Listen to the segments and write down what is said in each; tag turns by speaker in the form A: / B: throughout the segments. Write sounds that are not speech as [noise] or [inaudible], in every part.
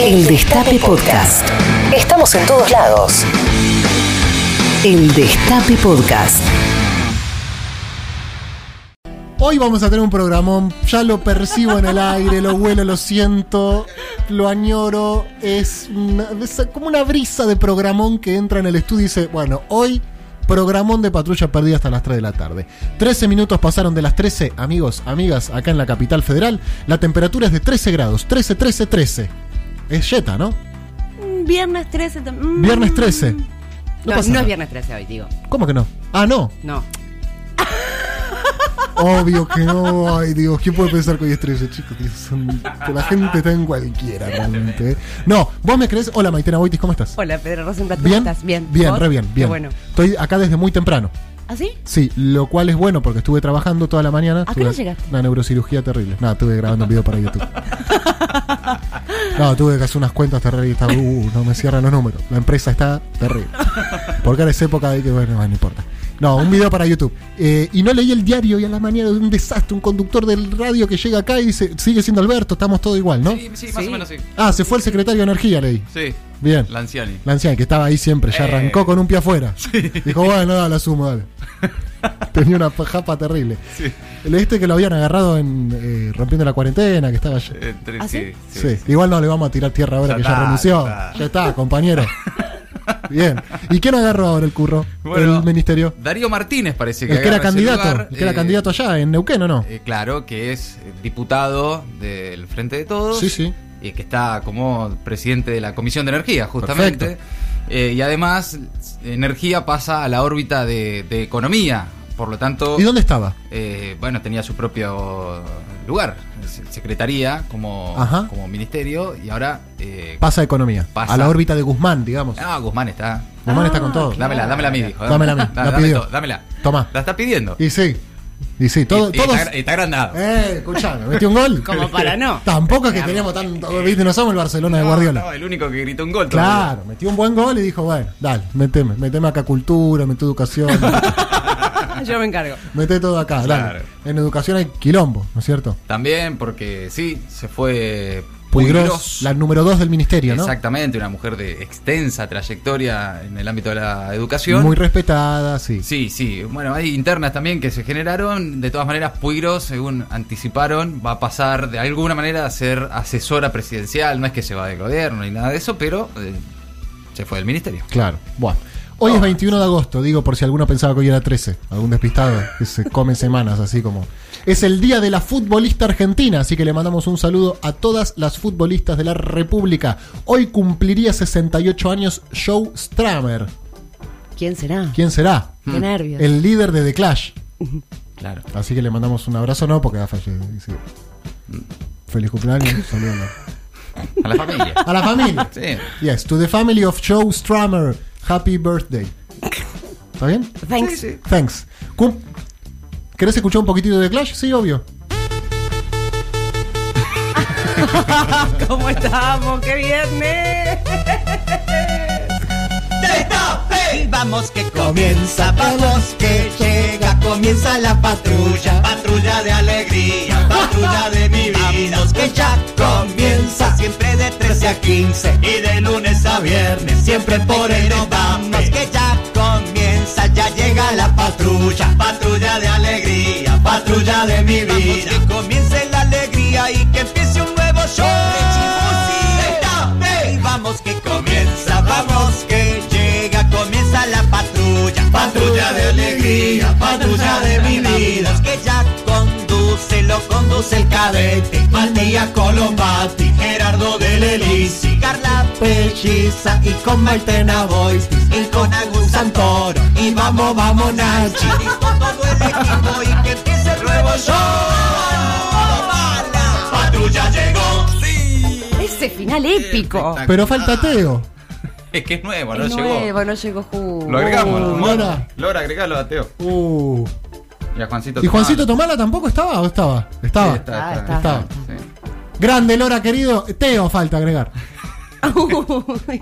A: El Destape Podcast. Estamos en todos lados. El Destape Podcast.
B: Hoy vamos a tener un programón, ya lo percibo en el aire, lo huelo, lo siento, lo añoro, es, una- es como una brisa de programón que entra en el estudio y dice, bueno, hoy programón de patrulla perdida hasta las 3 de la tarde. 13 minutos pasaron de las 13, amigos, amigas, acá en la capital federal, la temperatura es de 13 grados, 13, 13, 13. Es Jetta, ¿no?
C: Viernes mm. 13 también.
B: Viernes 13. No,
D: No,
B: pasa
D: no
B: nada.
D: es viernes 13 hoy, digo.
B: ¿Cómo que no? Ah, no.
D: No.
B: Obvio que no. Ay, Dios, ¿quién puede pensar que hoy es 13, chicos? Dios santo, la gente está en cualquiera, realmente. ¿eh? No, vos me crees. Hola, Maitena Boitis, ¿cómo estás?
D: Hola, Pedro Rosenblatt, ¿cómo
B: ¿Bien?
D: estás? Bien.
B: Bien,
D: ¿Vos?
B: re bien,
D: Qué
B: bien.
D: bueno.
B: Estoy acá desde muy temprano.
D: ¿Ah, sí?
B: Sí, lo cual es bueno porque estuve trabajando toda la mañana.
C: ¿A qué
B: Tuve
C: hora llegaste?
B: Una neurocirugía terrible. Nada, estuve grabando un video para
C: [laughs]
B: YouTube. no, tuve que hacer unas cuentas terribles. Estaba, uh, no me cierran los números. La empresa está terrible. Porque ahora es época de que, bueno, no importa. No, un video para YouTube. Eh, y no leí el diario y a la mañana de un desastre, un conductor del radio que llega acá y dice, sigue siendo Alberto, estamos todos igual, ¿no?
E: Sí, sí, más
D: Sí.
E: o menos sí.
B: Ah, se fue el secretario de Energía, leí.
E: Sí.
B: Bien.
E: La anciani.
B: La anciana que estaba ahí siempre, ya
E: Eh.
B: arrancó con un pie afuera. Dijo, bueno, dale, la sumo,
E: [laughs]
B: dale. Tenía una japa terrible.
E: Sí.
B: Leíste que lo habían agarrado en eh, rompiendo la cuarentena, que estaba. ya-
E: Entre-
C: ¿Ah, sí?
E: Eh, sí,
B: Sí.
E: sí.
B: Igual no le vamos a tirar tierra ahora
E: Ya
B: que ya
E: está,
B: renunció.
E: ya está.
B: Ya está, compañero.
E: [laughs]
B: Bien. ¿Y quién agarró ahora el curro?
E: Bueno,
B: el ministerio.
E: Darío Martínez parece que
B: El que era
E: agarra ese
B: candidato.
E: lugar,
B: el que era
E: eh,
B: candidato allá, en Neuquén, ¿o no?
E: eh, claro, que es eh, diputado del Frente de Todos.
B: Sí, sí.
E: Y que está como presidente de la Comisión de Energía, justamente. Eh, y además, energía pasa a la órbita de, de economía. Por lo tanto,
B: ¿Y dónde estaba?
E: eh, bueno, tenía su propio lugar, se- secretaría como,
B: Ajá.
E: como ministerio. Y ahora. eh,
B: Pasa economía.
E: Pasa.
B: A la órbita de Guzmán, digamos.
E: ah, Guzmán está.
B: Guzmán
C: Ah,
B: está con todo.
E: Dámela, dámela a mí, dijo.
B: Dámela a mí, la
E: dame
B: pidió.
E: todo, dámela.
B: Tomá.
E: La está pidiendo.
B: Y sí. Y sí, todo,
E: Y- y
B: todos.
E: está, está agrandado.
B: Eh, escuchame, metió un gol.
D: Como para no.
B: Tampoco es que teníamos tanto. Viste, no somos el Barcelona de
E: No,
B: Guardiola.
E: estaba el único que gritó un gol. todavía.
B: Claro, metió un buen gol y dijo, bueno, dale, meteme, meteme acá cultura, meteme educación,
D: [laughs] Yo me encargo.
B: meté todo acá, dale.
E: Claro.
B: En educación hay quilombo, ¿no es cierto?
E: También porque sí, se fue
B: Puigros,
E: Puigros.
B: la número dos del ministerio, ¿no?
E: Exactamente, una mujer de extensa trayectoria en el ámbito de la educación.
B: Muy respetada, sí.
E: Sí, sí. Bueno, hay internas también que se generaron. De todas maneras, Puigros, según anticiparon, va a pasar de alguna manera a ser asesora presidencial. No es que se va del gobierno ni nada de eso, pero eh, se fue del ministerio.
B: Claro, bueno. Hoy es 21 de agosto, digo por si alguno pensaba que hoy era 13, algún despistado que se come semanas, así como. Es el día de la futbolista argentina, así que le mandamos un saludo a todas las futbolistas de la República. Hoy cumpliría 68 años Joe Stramer.
C: ¿Quién será?
B: ¿Quién será? Mm.
C: Qué nervios.
B: El líder de The Clash.
E: Claro.
B: Así que le mandamos un abrazo, no, porque ha fallecido. Sí. Feliz cumpleaños, saludos.
E: A la familia.
B: A la
C: [laughs]
B: familia.
E: Sí.
B: Yes, to the family of Joe Strummer. Happy birthday. ¿Está bien?
C: Thanks.
B: Thanks. Cum- ¿Querés escuchar un poquitito de Clash? Sí, obvio.
D: ¿Cómo estamos? ¡Qué viernes!
F: Y Vamos que comienza, vamos que llega, comienza la patrulla, patrulla de alegría, patrulla de mi vida. Vamos que ya comienza, siempre de 13 a 15 y de lunes a viernes, siempre por el vamos que ya comienza, ya llega la patrulla, patrulla de alegría, patrulla de mi vida. Vamos que comience la alegría y que empiece un nuevo show. Y vamos que comienza, vamos que llega, comienza la patrulla, patrulla de alegría, patrulla de mi vida. Vamos que ya conduce, lo conduce el cadete, Matías Colombati, Gerardo del Elisi, Carla Pelliza y con Maitena Boys, y con Agus Santoro, y vamos, vamos Nachi, y con todo el equipo y que empiece el nuevo show. La patrulla llegó.
C: Ese final épico.
E: Espectacular.
B: Pero falta Teo.
E: Es que es nuevo, no
C: Es
E: llegó.
C: nuevo, no llegó jugo.
E: Lo agregamos.
B: Uh,
E: Lora.
B: Lora.
E: Lora, agregalo a Teo.
B: Uh.
E: Y a Juancito
B: ¿Y Juancito
E: Tomás.
B: Tomala tampoco estaba o estaba?
E: Sí,
B: Estaba.
E: está,
C: Ah,
E: está.
C: está.
B: Estaba.
E: Sí.
B: Grande Lora, querido. Teo falta agregar.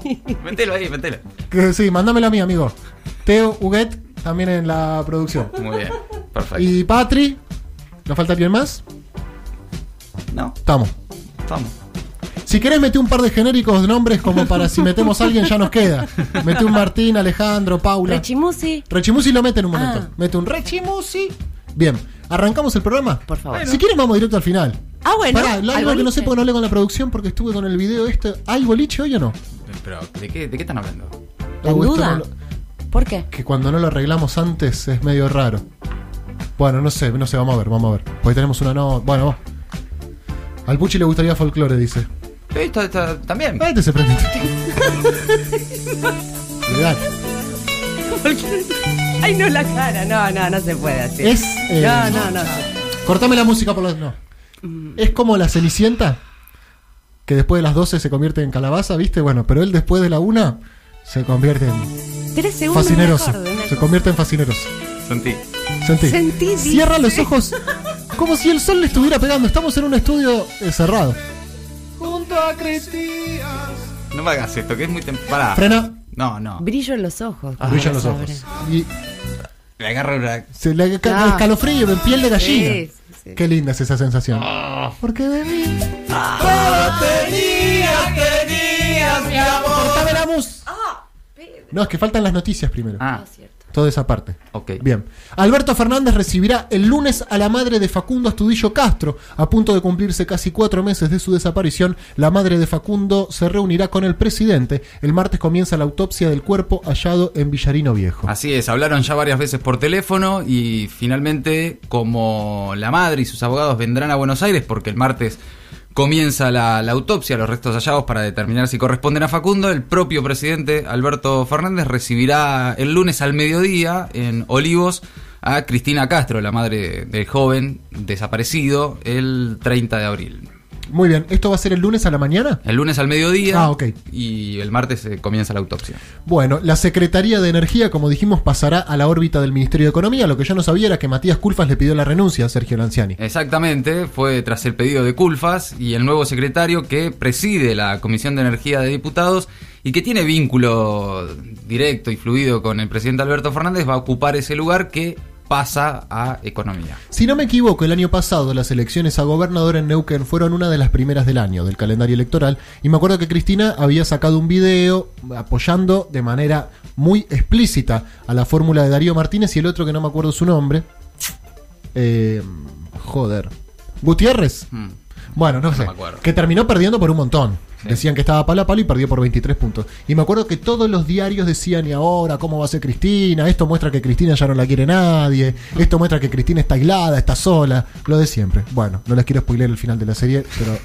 C: Uy.
E: Metelo ahí, metelo.
B: Que Sí, mándamelo a mí, amigo. Teo Huguet también en la producción.
E: Muy bien, perfecto.
B: Y Patri, ¿nos falta alguien más?
E: No,
B: Estamos.
E: estamos.
B: Si Si querés, meter un par de genéricos de nombres como para si metemos a alguien ya nos queda. Mete un Martín, Alejandro, Paula.
C: Rechimusi.
B: Rechimusi lo mete en un momento.
C: Ah.
B: Mete un Rechimusi. Bien, ¿arrancamos el programa?
C: Por favor.
B: Si quieren, vamos directo al final.
C: Ah, bueno.
B: Pará, lo-
C: al
B: algo que no sé
C: boliche.
B: porque no hablé con la producción porque estuve con el video este. ¿Hay boliche hoy o no?
E: Pero, ¿de qué, de qué están hablando?
C: La
B: O esto
C: duda.
B: no lo-
C: ¿Por qué?
B: que cuando no lo arreglamos antes es medio raro. Bueno, no sé, no sé, vamos a ver, vamos a ver. Porque tenemos una no. Bueno, vos. Al Puchi le gustaría folclore, dice.
E: Eh, está- está- también.
C: Pues-
B: Ah, este se
C: [laughs]
B: prende. Legal.
D: Ay, no, la cara. No, no, no se puede así.
B: Es. eh,
D: No, no, no.
B: Cortame la música por los. No.
C: Mm.
B: Es como la Cenicienta, que después de las 12 se convierte en calabaza, ¿viste? Bueno, pero él después de la 1 se convierte en
C: Tres segundos. de
B: fascineroso.
C: acorde, una
B: Se convierte en fascineroso.
E: Sentí.
B: Sentí.
C: Sentí, dice.
B: Cierra los ojos como si el sol le estuviera pegando. Estamos en un estudio eh, cerrado.
E: No me hagas esto, que es muy temprano.
B: Frena,
E: No, no.
C: Brillo en los ojos. cuando
B: Ah, brillan los
C: los abren.
B: ojos. Y
E: Le agarro la.
B: se le ca-
C: Ah.
B: escalofrío, en piel de gallina.
C: Sí, sí, sí.
B: Qué linda es esa sensación. Porque de mí. Cortame la mus. No, es que faltan las noticias primero.
E: Ah,
B: Toda esa parte.
E: ok.
B: Bien. Alberto Fernández recibirá el lunes a la madre de Facundo Astudillo Castro. A punto de cumplirse casi cuatro meses de su desaparición, la madre de Facundo se reunirá con el presidente. El martes comienza la autopsia del cuerpo hallado en Villarino Viejo.
E: Así es, hablaron ya varias veces por teléfono y finalmente, como la madre y sus abogados vendrán a Buenos Aires, porque el martes comienza la, la autopsia, los restos hallados para determinar si corresponden a Facundo, el propio presidente Alberto Fernández recibirá el lunes al mediodía en Olivos a Cristina Castro, la madre del joven desaparecido, el 30 de abril.
B: Muy bien. ¿Esto va a ser el lunes a la mañana?
E: El lunes al mediodía
B: Ah, ok.
E: y el martes eh, comienza la autopsia.
B: Bueno, la Secretaría de Energía, como dijimos, pasará a la órbita del Ministerio de Economía. Lo que yo no sabía era que Matías Culfas le pidió la renuncia a Sergio Lanciani.
E: Exactamente, fue tras el pedido de Culfas y el nuevo secretario que preside la Comisión de Energía de Diputados y que tiene vínculo directo y fluido con el presidente Alberto Fernández va a ocupar ese lugar que pasa a Economía.
B: Si no me equivoco, el año pasado las elecciones a gobernador en Neuquén fueron una de las primeras del año, del calendario electoral, y me acuerdo que Cristina había sacado un video apoyando de manera muy explícita a la fórmula de Darío Martínez y el otro que no me acuerdo su nombre. Eh, joder. Gutiérrez.
E: Mm.
B: Bueno, no, sé.
E: me acuerdo.
B: Que terminó perdiendo por un montón.
E: Sí.
B: Decían que estaba palo a palo y perdió por 23 puntos. Y me acuerdo que todos los diarios decían, y ahora, ¿cómo va a ser Cristina? Esto muestra que Cristina ya no la quiere nadie. Esto muestra que Cristina está aislada, está sola. Lo de siempre. Bueno, no les quiero spoiler el final de la serie,
E: [laughs]
B: pero...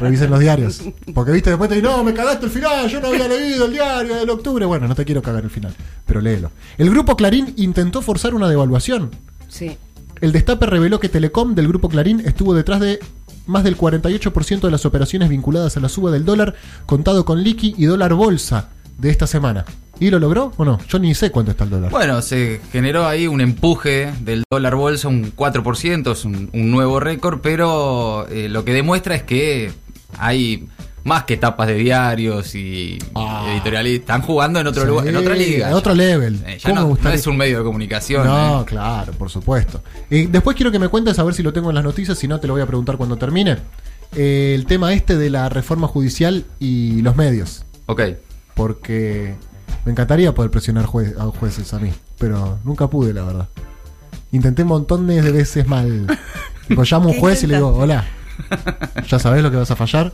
B: Revisen los diarios. Porque, viste, después te dicen, no, me cagaste el final, yo no había leído el diario del octubre. Bueno, no te quiero cagar el final, pero léelo. El grupo Clarín intentó forzar una devaluación.
C: Sí.
B: El destape reveló que Telecom del grupo Clarín estuvo detrás de más del 48% de las operaciones vinculadas a la suba del dólar, contado con liqui y dólar bolsa de esta semana. ¿Y lo logró o no? Yo ni sé cuánto está el dólar.
E: Bueno, se generó ahí un empuje del dólar bolsa, un 4%, es un, un nuevo récord, pero eh, lo que demuestra es que hay más que tapas de diarios y editoriales, están jugando en otro
B: Ah. Sí,
E: lugar, en otra liga.
B: en otro level.
E: Eh, ya
B: ¿Cómo
E: no,
B: me
E: no
B: gustaría?
E: es un medio de comunicación.
B: No,
E: eh.
B: claro, por supuesto. Eh, después quiero que me cuentes a ver si lo tengo en las noticias, si no te lo voy a preguntar cuando termine. Eh, el tema este de la reforma judicial y los medios.
E: eh. Ok.
B: porque me encantaría poder presionar jue- a jueces a mí, pero nunca pude, la verdad. Intenté montones de veces mal.
E: [laughs]
B: Tipo, llamo a un
D: ¿Qué
B: juez y le digo, hola, ¿ya sabes lo que vas a fallar?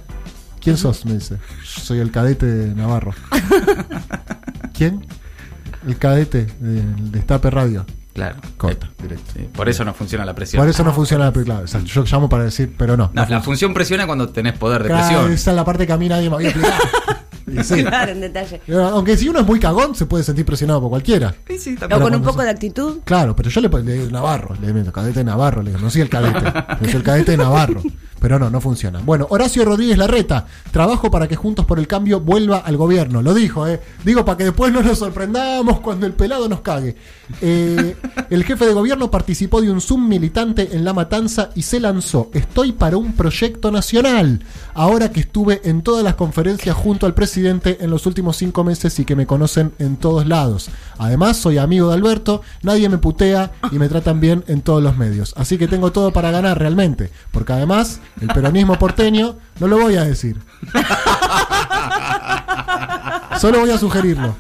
B: ¿Quién sos? Me dice. Soy el cadete de
E: [laughs]
B: Navarro. ¿Quién? El cadete del Destape Radio.
E: Claro.
B: Corta, directo.
E: Sí, Eh, por eso no funciona la presión.
B: Por eso no funciona la película. O sea, yo llamo para decir, pero no.
E: No, la función presiona cuando tenés poder de
B: Claro,
E: presión.
B: esa es la parte que a mí nadie me había
E: [laughs]
B: explicado. Y sí.
C: [laughs] Claro, en detalle.
B: Aunque si uno es muy cagón, se puede sentir presionado por cualquiera.
C: O con
B: cuando
C: un poco
B: se-
C: de actitud.
B: Claro, pero yo le, pon- le digo Navarro, le digo cadete de Navarro, le digo, no soy el cadete, no soy el cadete de Navarro. Pero no, no funciona. Bueno, Horacio Rodríguez Larreta, trabajo para que Juntos por el Cambio vuelva al gobierno. Lo dijo, ¿eh? Digo, para que después no nos sorprendamos cuando el pelado nos cague. Eh, el jefe de gobierno participó de un Zoom militante en La Matanza y se lanzó. Estoy para un proyecto nacional. Ahora que estuve en todas las conferencias junto al presidente en los últimos cinco meses y que me conocen en todos lados. Además, soy amigo de Alberto, nadie me putea y me tratan bien en todos los medios. Así que tengo todo para ganar realmente. Porque además, el peronismo porteño, no lo voy a decir. Solo voy a sugerirlo.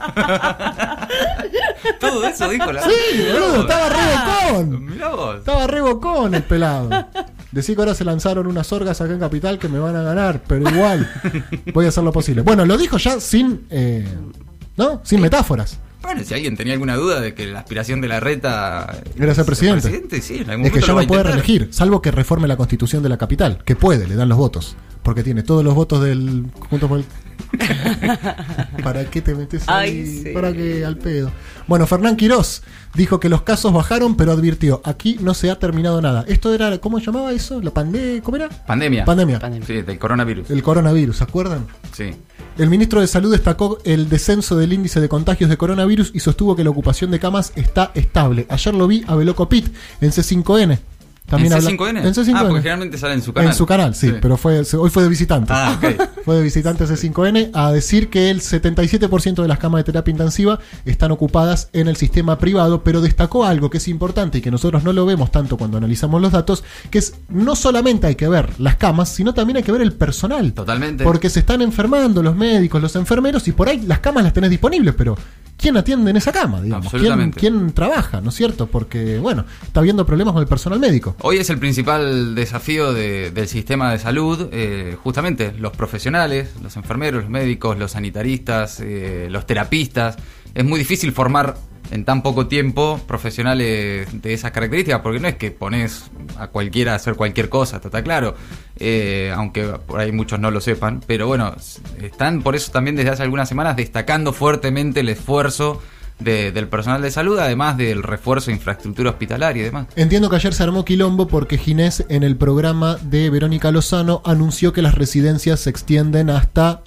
E: Todo eso dijo la
B: Sí,
E: Mirá
B: boludo,
E: vos.
B: estaba re bocón.
E: Mirá vos.
B: Estaba re bocón el pelado. Decí que ahora se lanzaron unas orgas acá en Capital que me van a ganar, pero igual voy a hacer lo posible. Bueno, lo dijo ya sin. eh, ¿No? Sin metáforas.
E: Bueno, si alguien tenía alguna duda de que la aspiración de la reta
B: Era ser presidente.
E: sí, en algún
B: Es que
E: momento
B: ya
E: lo va
B: no
E: a
B: puede
E: intentar.
B: reelegir, salvo que reforme la constitución de la capital, que puede, le dan los votos, porque tiene todos los votos del Juntos por el... [laughs] ¿Para qué te metes ahí?
D: Ay, sí.
B: ¿Para qué al pedo? Bueno, Fernán Quirós dijo que los casos bajaron, pero advirtió, aquí no se ha terminado nada. Esto era, ¿cómo llamaba eso? ¿La pandemia? ¿Cómo era?
E: Pandemia.
B: Pandemia.
E: Sí, del coronavirus.
B: El coronavirus, ¿se acuerdan?
E: Sí.
B: El ministro de Salud destacó el descenso del índice de contagios de coronavirus y sostuvo que la ocupación de camas está estable. Ayer lo vi a Veloco Pit en C5N. También
E: ¿En
B: habla-
E: C5N?
B: En C5N.
E: Ah, porque generalmente sale en su canal.
B: En su canal, sí, pero fue, se- hoy fue de visitante.
E: Ah, ok.
B: [laughs] Fue de visitante C5N a decir que el 77% de las camas de terapia intensiva están ocupadas en el sistema privado, pero destacó algo que es importante y que nosotros no lo vemos tanto cuando analizamos los datos, que es no solamente hay que ver las camas, sino también hay que ver el personal.
E: Totalmente.
B: Porque se están enfermando los médicos, los enfermeros, y por ahí las camas las tenés disponibles, pero ¿quién atiende en esa cama? Digamos? ¿Quién,
E: Absolutamente.
B: ¿Quién trabaja? ¿No es cierto? Porque, bueno, está habiendo problemas con el personal médico.
E: Hoy es el principal desafío de- del sistema de salud, eh, justamente los profesionales, los enfermeros, los médicos, los sanitaristas, eh, los terapistas. Es muy difícil formar en tan poco tiempo profesionales de esas características, porque no es que pones a cualquiera a hacer cualquier cosa, está, está claro, Eh, aunque por ahí muchos no lo sepan, pero bueno, s- están por eso también desde hace algunas semanas destacando fuertemente el esfuerzo de- del personal de salud, además del refuerzo de infraestructura hospitalaria y demás.
B: Entiendo que ayer se armó quilombo porque Ginés en el programa de Verónica Lozano anunció que las residencias se extienden hasta...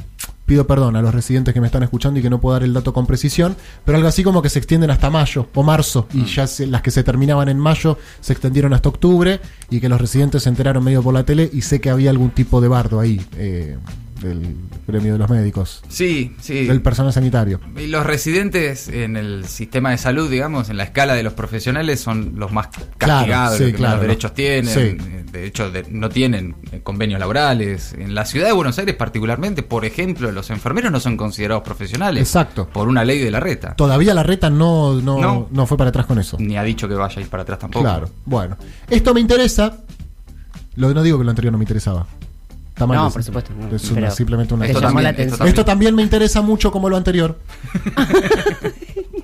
B: Pido perdón a los residentes que me están escuchando y que no puedo dar el dato con precisión, pero algo así como que se extienden hasta mayo o marzo
E: Mm.
B: y ya se- las que se terminaban en mayo se extendieron hasta octubre y que los residentes se enteraron medio por la tele y sé que había algún tipo de bardo ahí eh, del gremio de los médicos,
E: Sí, sí.
B: del personal sanitario.
E: Y los residentes en el sistema de salud, digamos, en la escala de los profesionales, son los más castigados,
B: Claro,
E: los
B: sí,
E: que
B: claro, los-
E: menos derechos tienen.
B: sí.
E: eh, De hecho, de- no tienen eh, convenios laborales. En la ciudad de Buenos Aires, particularmente, por ejemplo, los enfermeros no son considerados profesionales.
B: Exacto.
E: Por una ley de la reta.
B: Todavía la reta no, no,
E: No.
B: no fue para atrás con eso.
E: Ni ha dicho que vaya a ir para atrás tampoco.
B: Claro, bueno. Esto me interesa. Lo no digo que lo anterior no me interesaba. Está mal
D: No,
B: decir.
D: por supuesto, no,
B: Es una-
D: pero
B: simplemente una
D: te
E: Esto
D: llamó
E: también,
D: la
E: esto
D: atención.
E: también.
B: Esto también me interesa mucho como
D: [laughs]
B: lo anterior.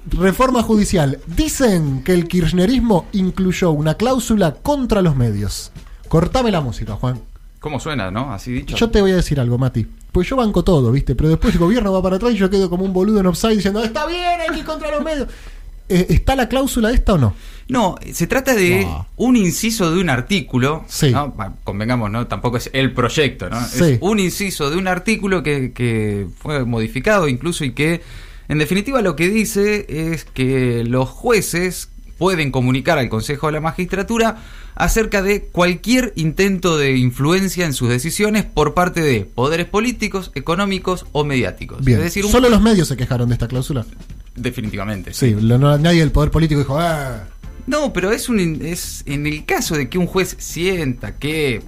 B: Reforma judicial. Dicen que el kirchnerismo incluyó una cláusula contra los medios. Cortame la música, Juan.
E: ¿Cómo suena, no? Así dicho.
B: Yo te voy a decir algo, Mati. Pues yo banco todo, ¿viste? Pero después el gobierno va para atrás y yo quedo como un boludo en offside diciendo, está bien, hay que ir contra los medios. Eh, ¿Está la cláusula esta o no?
E: No, se trata de
B: No.
E: un inciso de un artículo.
B: Sí.
E: ¿no? Bah, Convengamos, ¿no? Tampoco es el proyecto, ¿no?
B: Sí.
E: Es un inciso de un artículo que, que fue modificado incluso y que, en definitiva, lo que dice es que los jueces pueden comunicar al Consejo de la Magistratura acerca de cualquier intento de influencia en sus decisiones por parte de poderes políticos, económicos o mediáticos.
B: Bien.
E: Es decir, un-
B: Solo los medios se quejaron de esta cláusula.
E: definitivamente.
B: Sí, lo- no- nadie del poder político dijo, "Ah".
E: No, pero es un in- es en el caso de que un juez sienta que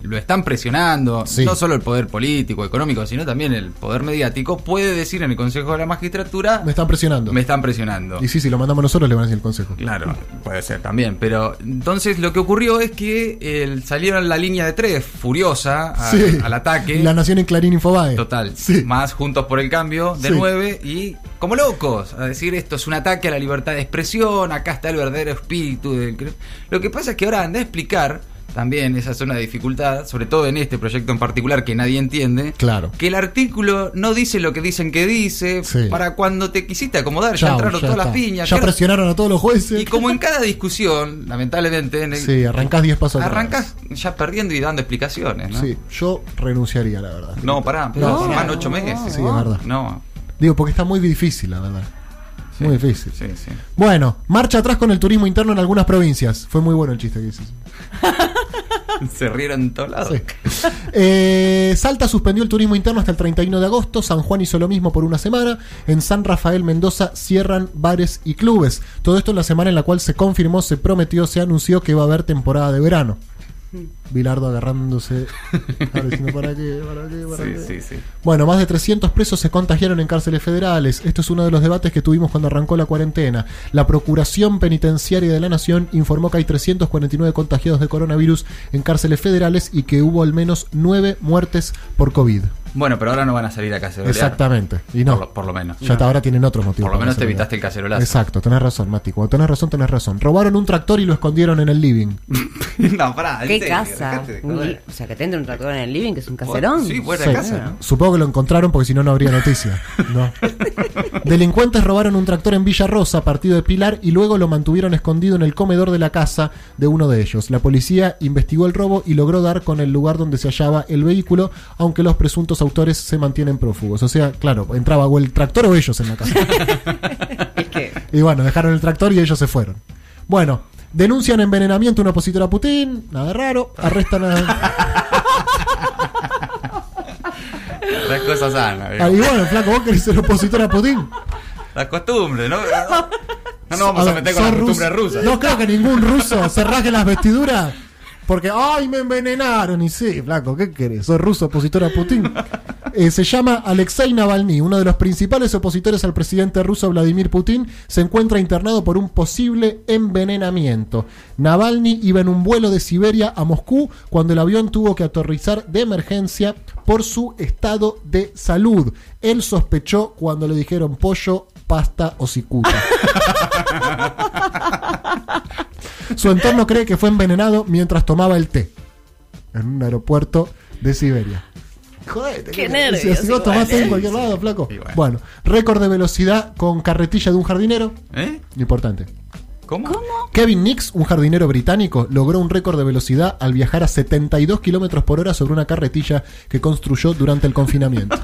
E: lo están presionando,
B: Sí.
E: no solo el poder político, económico, sino también el poder mediático, puede decir en el Consejo de la Magistratura
B: me están presionando.
E: Ah. me están presionando.
B: Y sí, si lo mandamos nosotros le van a decir el consejo.
E: Claro, puede ser también, pero entonces lo que ocurrió es que el- salieron la línea de tres, furiosa a-
B: Sí.
E: al ataque.
B: La Nación en Clarín Infobae.
E: Total.
B: Eh, Sí.
E: Más juntos por el cambio, de
B: Sí.
E: nueve, y como locos, a decir esto es un ataque a la libertad de expresión, acá está el verdadero espíritu del... cre- Lo que pasa es que ahora anda a explicar también esa zona de dificultad, sobre todo en este proyecto en particular que nadie entiende,
B: Claro.
E: que el artículo no dice lo que dicen que dice,
B: Sí.
E: para cuando te quisiste acomodar,
B: Chau,
E: ya entraron todas
B: está.
E: las piñas.
B: Ya
E: claro.
B: presionaron a todos los jueces.
E: Y como en cada discusión, lamentablemente, en el-
B: Sí, arrancás 10 pasos atrás.
E: arrancas ya perdiendo y dando explicaciones, ¿no?
B: Sí, yo renunciaría, la verdad.
E: No, pará,
B: No.
E: van ocho meses.
B: Sí, es verdad.
E: No,
B: Digo, porque está muy difícil, la verdad. muy difícil.
E: sí, sí.
B: Bueno, marcha atrás con el turismo interno en algunas provincias. Fue muy bueno el chiste que dices.
E: [laughs] Se rieron en todos lados.
B: Sí. [laughs] Eh, Salta suspendió el turismo interno hasta el 31 de agosto. San Juan hizo lo mismo por una semana. En San Rafael Mendoza cierran bares y clubes.
E: Mm.
B: Todo esto en la semana en la cual se confirmó, se prometió, se anunció que va a haber temporada de verano. Bilardo
E: [laughs]
B: agarrándose. claro, diciendo, ¿para qué? ¿Para qué? ¿Para
E: Sí,
B: qué?
E: sí, sí.
B: Bueno, más de 300 presos se contagiaron en cárceles federales. Esto es uno de los debates que tuvimos cuando arrancó la cuarentena. La Procuración Penitenciaria de la Nación informó que hay 349 contagiados de coronavirus en cárceles federales y que hubo al menos 9 muertes por COVID.
E: Bueno, pero ahora no van a salir a cacerolear.
B: Exactamente. Y
E: Por
B: no.
E: lo, por lo menos.
B: Ya hasta ahora tienen otro motivo.
E: Por lo
B: para
E: menos te
B: celebrar.
E: evitaste el cacerolazo.
B: Exacto, tenés razón, Mati. Cuando tenés razón, tenés razón. Robaron un tractor y lo escondieron en el living.
E: [laughs] no, pará. en
D: ¿Qué
E: serio,
D: casa?
E: dejate de
D: Un li-
E: joder.
D: o sea, que tendrá un tractor en el living, que es un caserón.
E: Sí, buena
B: Sí.
E: casa. ¿no?
B: Supongo que lo encontraron porque si no, no habría noticia. No. Delincuentes robaron un tractor en Villa Rosa, partido de Pilar, y luego lo mantuvieron escondido en el comedor de la casa de uno de ellos. La policía investigó el robo y logró dar con el lugar donde se hallaba el vehículo, aunque los presuntos autores se mantienen prófugos. O sea, claro, entraba o el tractor o ellos en la casa.
D: Es que
B: Y bueno, dejaron el tractor y ellos se fueron. Bueno, denuncian envenenamiento a una opositora a Putin, nada raro, arrestan a...
E: Las cosas sanas.
B: a- y bueno, flaco, vos querés ser opositor a Putin.
E: Las
D: [laughs]
E: costumbres, ¿no? No nos vamos a
B: ver,
E: meter con las
B: sos
E: costumbres
B: ruso.
E: rusas.
B: No creo que ningún ruso se raje las vestiduras. Porque, ay, me envenenaron. Y sí, flaco, ¿qué querés? Soy ruso opositor a Putin. Eh, se llama Alexei Navalny, uno de los principales opositores al presidente ruso Vladimir Putin. Se encuentra internado por un posible envenenamiento. Navalny iba en un vuelo de Siberia a Moscú cuando el avión tuvo que aterrizar de emergencia por su estado de salud. Él sospechó cuando le dijeron pollo, pasta o cicuta. Su entorno cree que fue envenenado mientras tomaba el té en un aeropuerto de Siberia. Joder,
D: Qué
B: si,
D: nervios
B: si vos
D: igual,
B: tomás té en
D: ¿eh?
B: cualquier lado, flaco.
E: Y bueno.
B: Bueno. récord de velocidad con carretilla de un jardinero.
E: ¿Eh?
B: Importante.
E: ¿Cómo?
B: Kevin Nix, un jardinero británico, logró un récord de velocidad al viajar a 72 kilómetros por hora sobre una carretilla que construyó durante el confinamiento.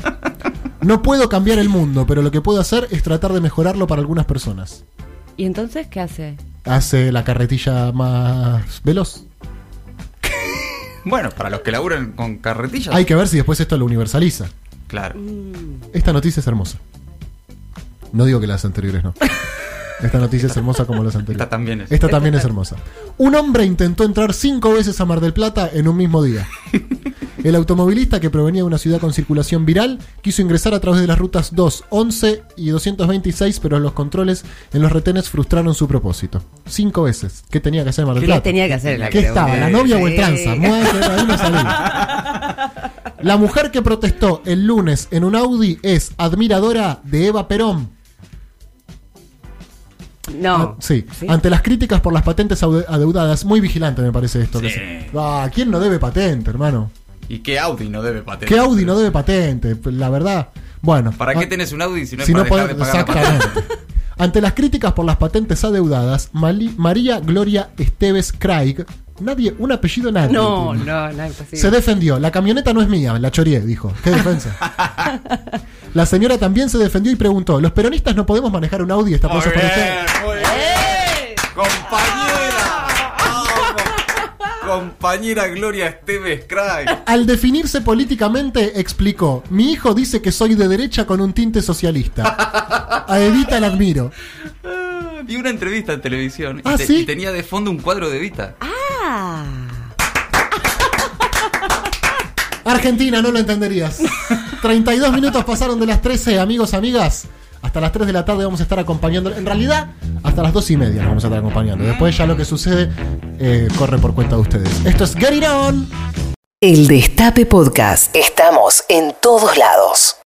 B: No puedo cambiar el mundo, pero lo que puedo hacer es tratar de mejorarlo para algunas personas.
D: ¿Y entonces qué hace?
B: Hace la carretilla más veloz.
E: Bueno, para los que laburan con carretillas.
B: Hay que ver si después esto lo universaliza.
E: Claro.
D: Mm.
B: Esta noticia es hermosa. No digo que las anteriores no. Esta noticia es hermosa como las anteriores.
E: Esta también es.
B: Esta también es hermosa. Un hombre intentó entrar cinco veces a Mar del Plata en un mismo día. El automovilista que provenía de una ciudad con circulación viral quiso ingresar a través de las rutas 2, 11 y 226, pero los controles en los retenes frustraron su propósito. Cinco veces. ¿Qué tenía que hacer en Mar del
D: ¿Qué
B: Plata?
D: tenía que hacer en la
B: ¿Qué
D: creo?
B: estaba? ¿La
E: Sí,
B: novia o el
D: sí. [laughs]
B: tranza? Mueve, ahí no salía. La mujer que protestó el lunes en un Audi es admiradora de Eva Perón. Ah,
D: No.
B: sí. Ante las críticas por las patentes aude- adeudadas, muy vigilante me parece esto. que
E: Sí.
B: se- Ah, ¿Quién no debe patente, hermano?
E: ¿Y qué Audi no debe patente?
B: ¿Qué Audi no debe patente? La verdad. Bueno.
E: ¿Para qué
B: ah,
E: tenés un Audi si no es
B: si
E: para
B: no
E: dejar de
B: podés-
E: pagar la patente?
B: exactamente. Ante las críticas por las patentes adeudadas, Mali- María Gloria Esteves Craig, nadie, un apellido nadie.
D: No,
B: tiene.
D: no, no, imposible.
B: Se defendió. La camioneta no es mía, la choreé, dijo. Qué
D: [laughs]
B: defensa. la señora también se defendió y preguntó: ¿Los peronistas no podemos manejar un Audi? Esta
E: Muy
B: cosa es para usted.
E: bien, muy bien. Compañera. Vamos. Compañera Gloria Esteves [laughs] Craig.
B: Al definirse políticamente, explicó: Mi hijo dice que soy de derecha con un tinte socialista. A Evita la admiro.
E: Ah, Vi una entrevista en televisión y
B: Ah,
E: te-
B: ¿sí?
E: y tenía de fondo un cuadro de Vita.
D: Ah.
B: Argentina, no lo entenderías. 32 minutos pasaron de las 13, amigos, amigas. Hasta las 3 de la tarde vamos a estar acompañando. En realidad, hasta las 2 y media nos vamos a estar acompañando. Después ya lo que sucede eh, corre por cuenta de ustedes. Esto es Get It On.
A: El Destape Podcast. Estamos en todos lados.